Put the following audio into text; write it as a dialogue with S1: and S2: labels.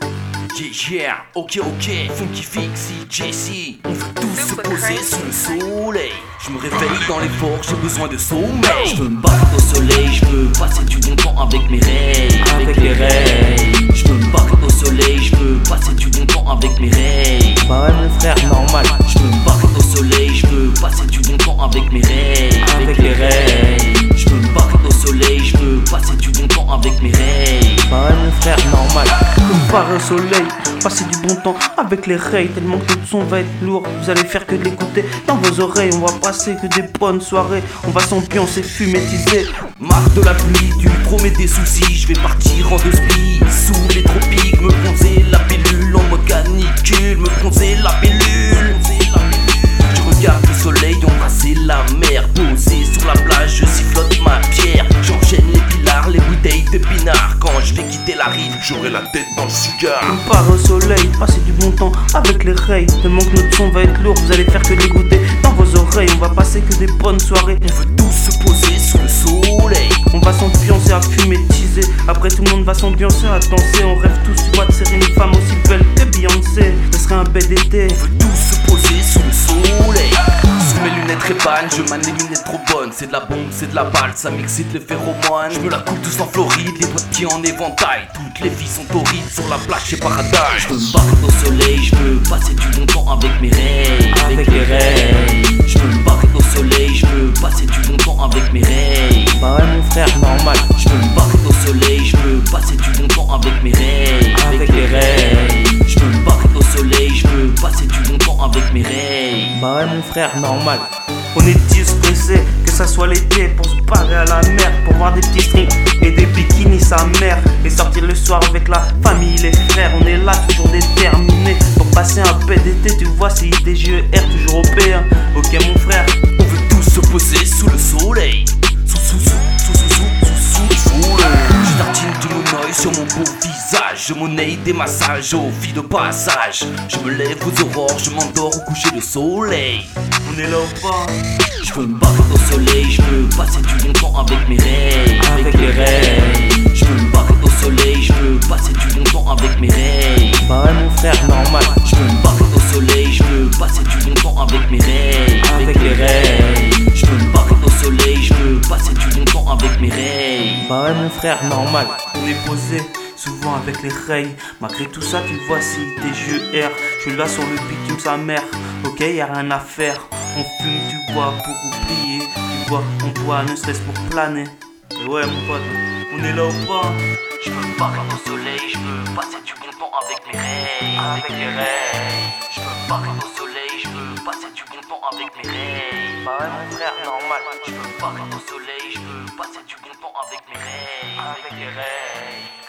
S1: Yeah, yeah, ok, ok, Funky Fixie, Jesse. On veut tous se poser sous le soleil. Je me réveille dans les forts, j'ai besoin de sommeil. Je veux me battre au soleil, je veux passer du bon temps avec mes rêves. Avec les rêves. Je veux me battre au soleil, je veux passer du bon temps avec mes rêves.
S2: Bah ouais mon frère, normal
S1: Je veux me battre au soleil, je veux passer du bon temps avec mes rêves.
S2: Avec les
S1: rêves. Je veux me battre au soleil, je veux passer du bon temps avec mes rêves.
S2: Bah ouais mon frère, normal Comme par au soleil, passer du bon temps avec les rails Tellement que le son va être lourd, vous allez faire que de l'écouter Dans vos oreilles, on va passer que des bonnes soirées On va s'ambiancer, fumétiser
S1: Marre de la pluie, tu me promets des soucis, je vais partir en deux skis Sous les tropiques, me bronzer la pilule en mode canicule, me bronzer la pilule. Je regarde le soleil embrasser la mer, posé sur la plage, je sifflote ma pierre. J'enchaîne les pilars, les bouteilles de pinard. Quand je vais quitter la rive, j'aurai la tête dans le cigare.
S2: On part au soleil, passer du bon temps avec les rails Tellement que notre son va être lourd, vous allez faire que de l'écouter Dans vos oreilles, on va passer que des bonnes soirées
S1: On veut tous se poser sous le soleil.
S2: On va s'ambiancer à fumer, teaser. Après tout le monde va s'ambiancer à danser. On rêve tous du mois de serrer une femme aussi belle que Beyoncé. Ce serait un bel été.
S1: On veut tous se poser sous le soleil. Sous mes lunettes répannes, je manie les lunettes trop bonnes. C'est de la bombe, c'est de la balle, ça m'excite les phéromones. Je me la coupe tous en Floride, les doigts de pied en éventail. Toutes les filles sont horribles sur la plage, c'est paradis. Je veux me battre au soleil, je veux passer du bon temps avec mes rêves.
S2: Avec les rêves.
S1: Je veux me battre au soleil, je veux passer du bon temps avec mes rêves.
S2: Bah ouais mon frère, normal
S1: Je veux me battre au soleil, je veux passer du bon temps avec mes rêves.
S2: Avec les rêves.
S1: Je veux me battre au soleil, je veux passer du bon temps avec mes rêves.
S2: Bah ouais mon frère, normal On est 10 pressés, que ça soit l'été Pour se barrer à la mer, pour voir des petits strings Et des bikinis sa mère Et sortir le soir avec la famille, les frères On est là toujours déterminés Pour passer un PDT, tu vois c'est IDGER Toujours au P, hein. ok mon frère
S1: On veut tous se poser sous le soleil. Sous, sous, sous, sous, sous, sous, sous, sous, sous le- Je tartine de l'honneur sur mon beau visage. Je monnaie des massages aux filles de passage. Je me lève aux aurores, je m'endors au coucher de soleil.
S2: On est là ou pas
S1: Je veux me battre au soleil, je veux passer du bon temps avec mes rêves.
S2: Avec les rêves.
S1: Je veux me battre au soleil, je veux passer du bon temps avec mes rêves.
S2: Bah ouais mon frère, normal
S1: Je veux me battre au soleil, je veux passer du bon temps avec mes rêves.
S2: Avec les rêves.
S1: Je veux me battre au soleil, je veux passer du bon temps avec mes rêves.
S2: Bah ouais mon frère, normal On est posé, souvent avec les rails Malgré tout ça, tu vois si tes jeux R Je suis là sur le bitume sa mère Ok, y a rien à faire On fume tu bois pour oublier Tu vois, on boit ne serait-ce pour planer Et ouais mon pote, on est là ou pas
S1: Je veux me battre au soleil, je veux passer du bon temps avec mes rêves. Avec mes rêves. Je veux me battre au soleil, je veux passer du bon temps avec mes rêves.
S2: Bah ouais mon frère, normal
S1: Je veux me battre au soleil, je veux passer du bon temps avec mes rêves. Avec mes rêves.